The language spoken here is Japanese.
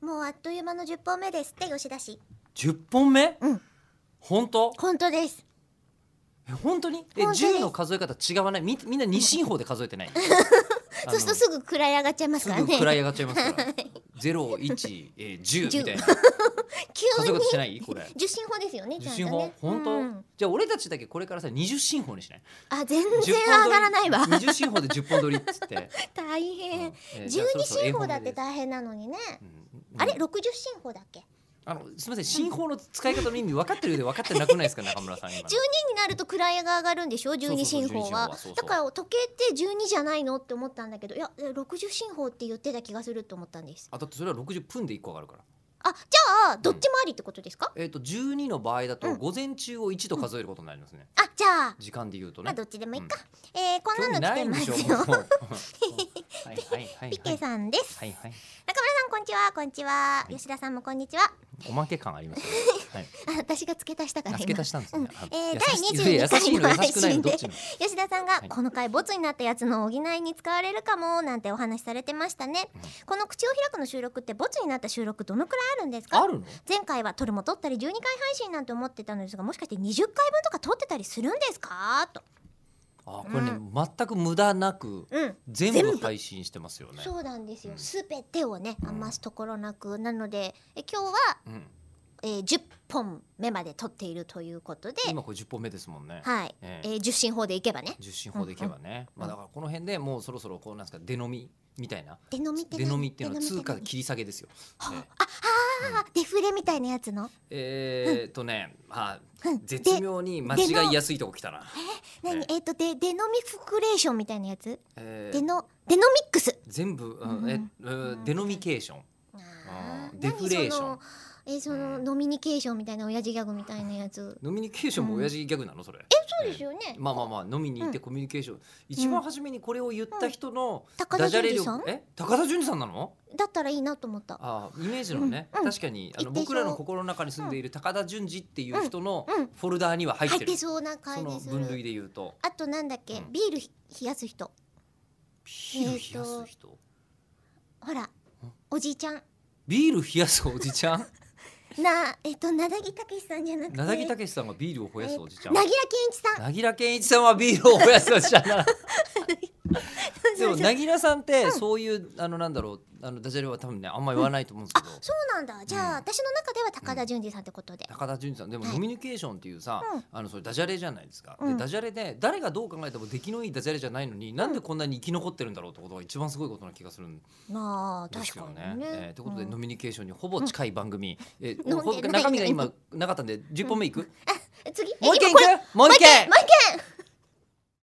もうあっという間の10本目ですって吉田氏10本目うん本当本当ですえ本当にえ本当です10の数え方違わないみみんな二進法で数えてない そうするとすぐ暗い上がっちゃいますすからぐね暗い上がっちゃいま すから0110みたいな急数えに方してな いこれ受信法ですよねち受ゃん信と法ね本当、うんじゃあ俺たちだけこれからさ20進法にしないあ全10然本上がらないわ取り20進法で10本取りっ つって、大うん変えーじゃあそろ12そろ絵進本法だってです大変なのにねうんあれ60進法だっけあのすみません進法の使い方の意味分かってるようで分かってなくないですか中村さん今の12になると位が上がるんでしょそうそう12進法は12進法はそうそうだから時計って12じゃないのって思ったんだけどいや60進法って言ってた気がすると思ったんですあだってそれは60分で1個上がるからあじゃあどっちもありってことですか、えっ、と12の場合だうとん午前中を1と数えることになりますね、あじゃあ時間で言うとまあねどっちでもいいか、えーこん興なの来味ないてんまでしょすも ようはいはいはいはいピケさんですはいはい中村さんこんにちはこんにちはい吉田さんもこんにちは おまけ感ありますね、はい、あ私が付け足したからあ付け今足したんですね、あえー優し第22優しいの優回のしくないのどっ配ち信の吉田さんはがいこの回ボツになったやつの補いに使われるかもなんてお話しされてましたね、うんこの口を開くの収録ってボツになった収録どのくらいあるんですかあるの前回は撮るも撮ったり12回配信なんて思ってたのですがもしかして20回分とか撮ってたりするんですかとあこれね、う全く無駄なくうん全全部部配信してますよね。そうなんですようんすべてをね余すところなくなのでえ今日は、うん、えー、10本目まで撮っているということで今これ10本目ですもんね。はい、えええー、10進法でいけばね受信法でいけばね、うんまあだからこの辺でもうそろそろこうなんですか出飲みみたいな出飲みって出飲みっていうのは通貨でで切り下げですよ。あねあーデフレみたいなやつのえー、っとね、まあうん絶妙に間違いやすいとこ来たな。何ねえっ、とでデノミフクレーションみたいなやつえデー、ノデノミックス全部、ううんん、え、ううんん、デノミケーション。あーデフレ何ーションそのえーその、うんノミニケーションみたいな親父ギャグみたいなやつノミニケーションも親父ギャグなのそれ。えそうですよね、まあまあまあ飲みに行ってコミュニケーション、一番初めにこれを言った人の高田ダジャ純レ次力、さんえ高田純次さんなのだったらいいなと思ったああイメージのね、うんうん確かにあの一定僕らのそう心の中に住んでいる高田純次っていう人のうんうんフォルダーには入っ入てっる、てそうな感じすその分類るで言うとあとなんだっけ、うんビールひ冷やす人ビール冷やす人、ほらおじいちゃんビール冷やすおじちゃ んなえっ、となだぎたけしさんじゃなくてなだぎたけしさんがビールをえ増やすおじちゃん、なぎらけんいちさんなぎら健一さんはビールを増やすおじちゃ んなでもなぎらさんってそういう、あのなんだろうあのダジャレは多分ねあんま言わないと思うんですけど、そうなんだじゃあ、うん私の中では高田純次さんってことで、高田純次さんでもはいノミニケーションっていうさ、うんあのそれダジャレじゃないですか、うんでダジャレで誰がどう考えても出来のいいダジャレじゃないのに、なんでこんなに生き残ってるんだろうってことが一番すごいことな気がするんまあで確すよかね。にね。えーということで、うんノミニケーションにほぼ近い番組、えー飲んでほない中身が今なかったんで10本目いく、次もう一え軒い今これくもう一軒もう一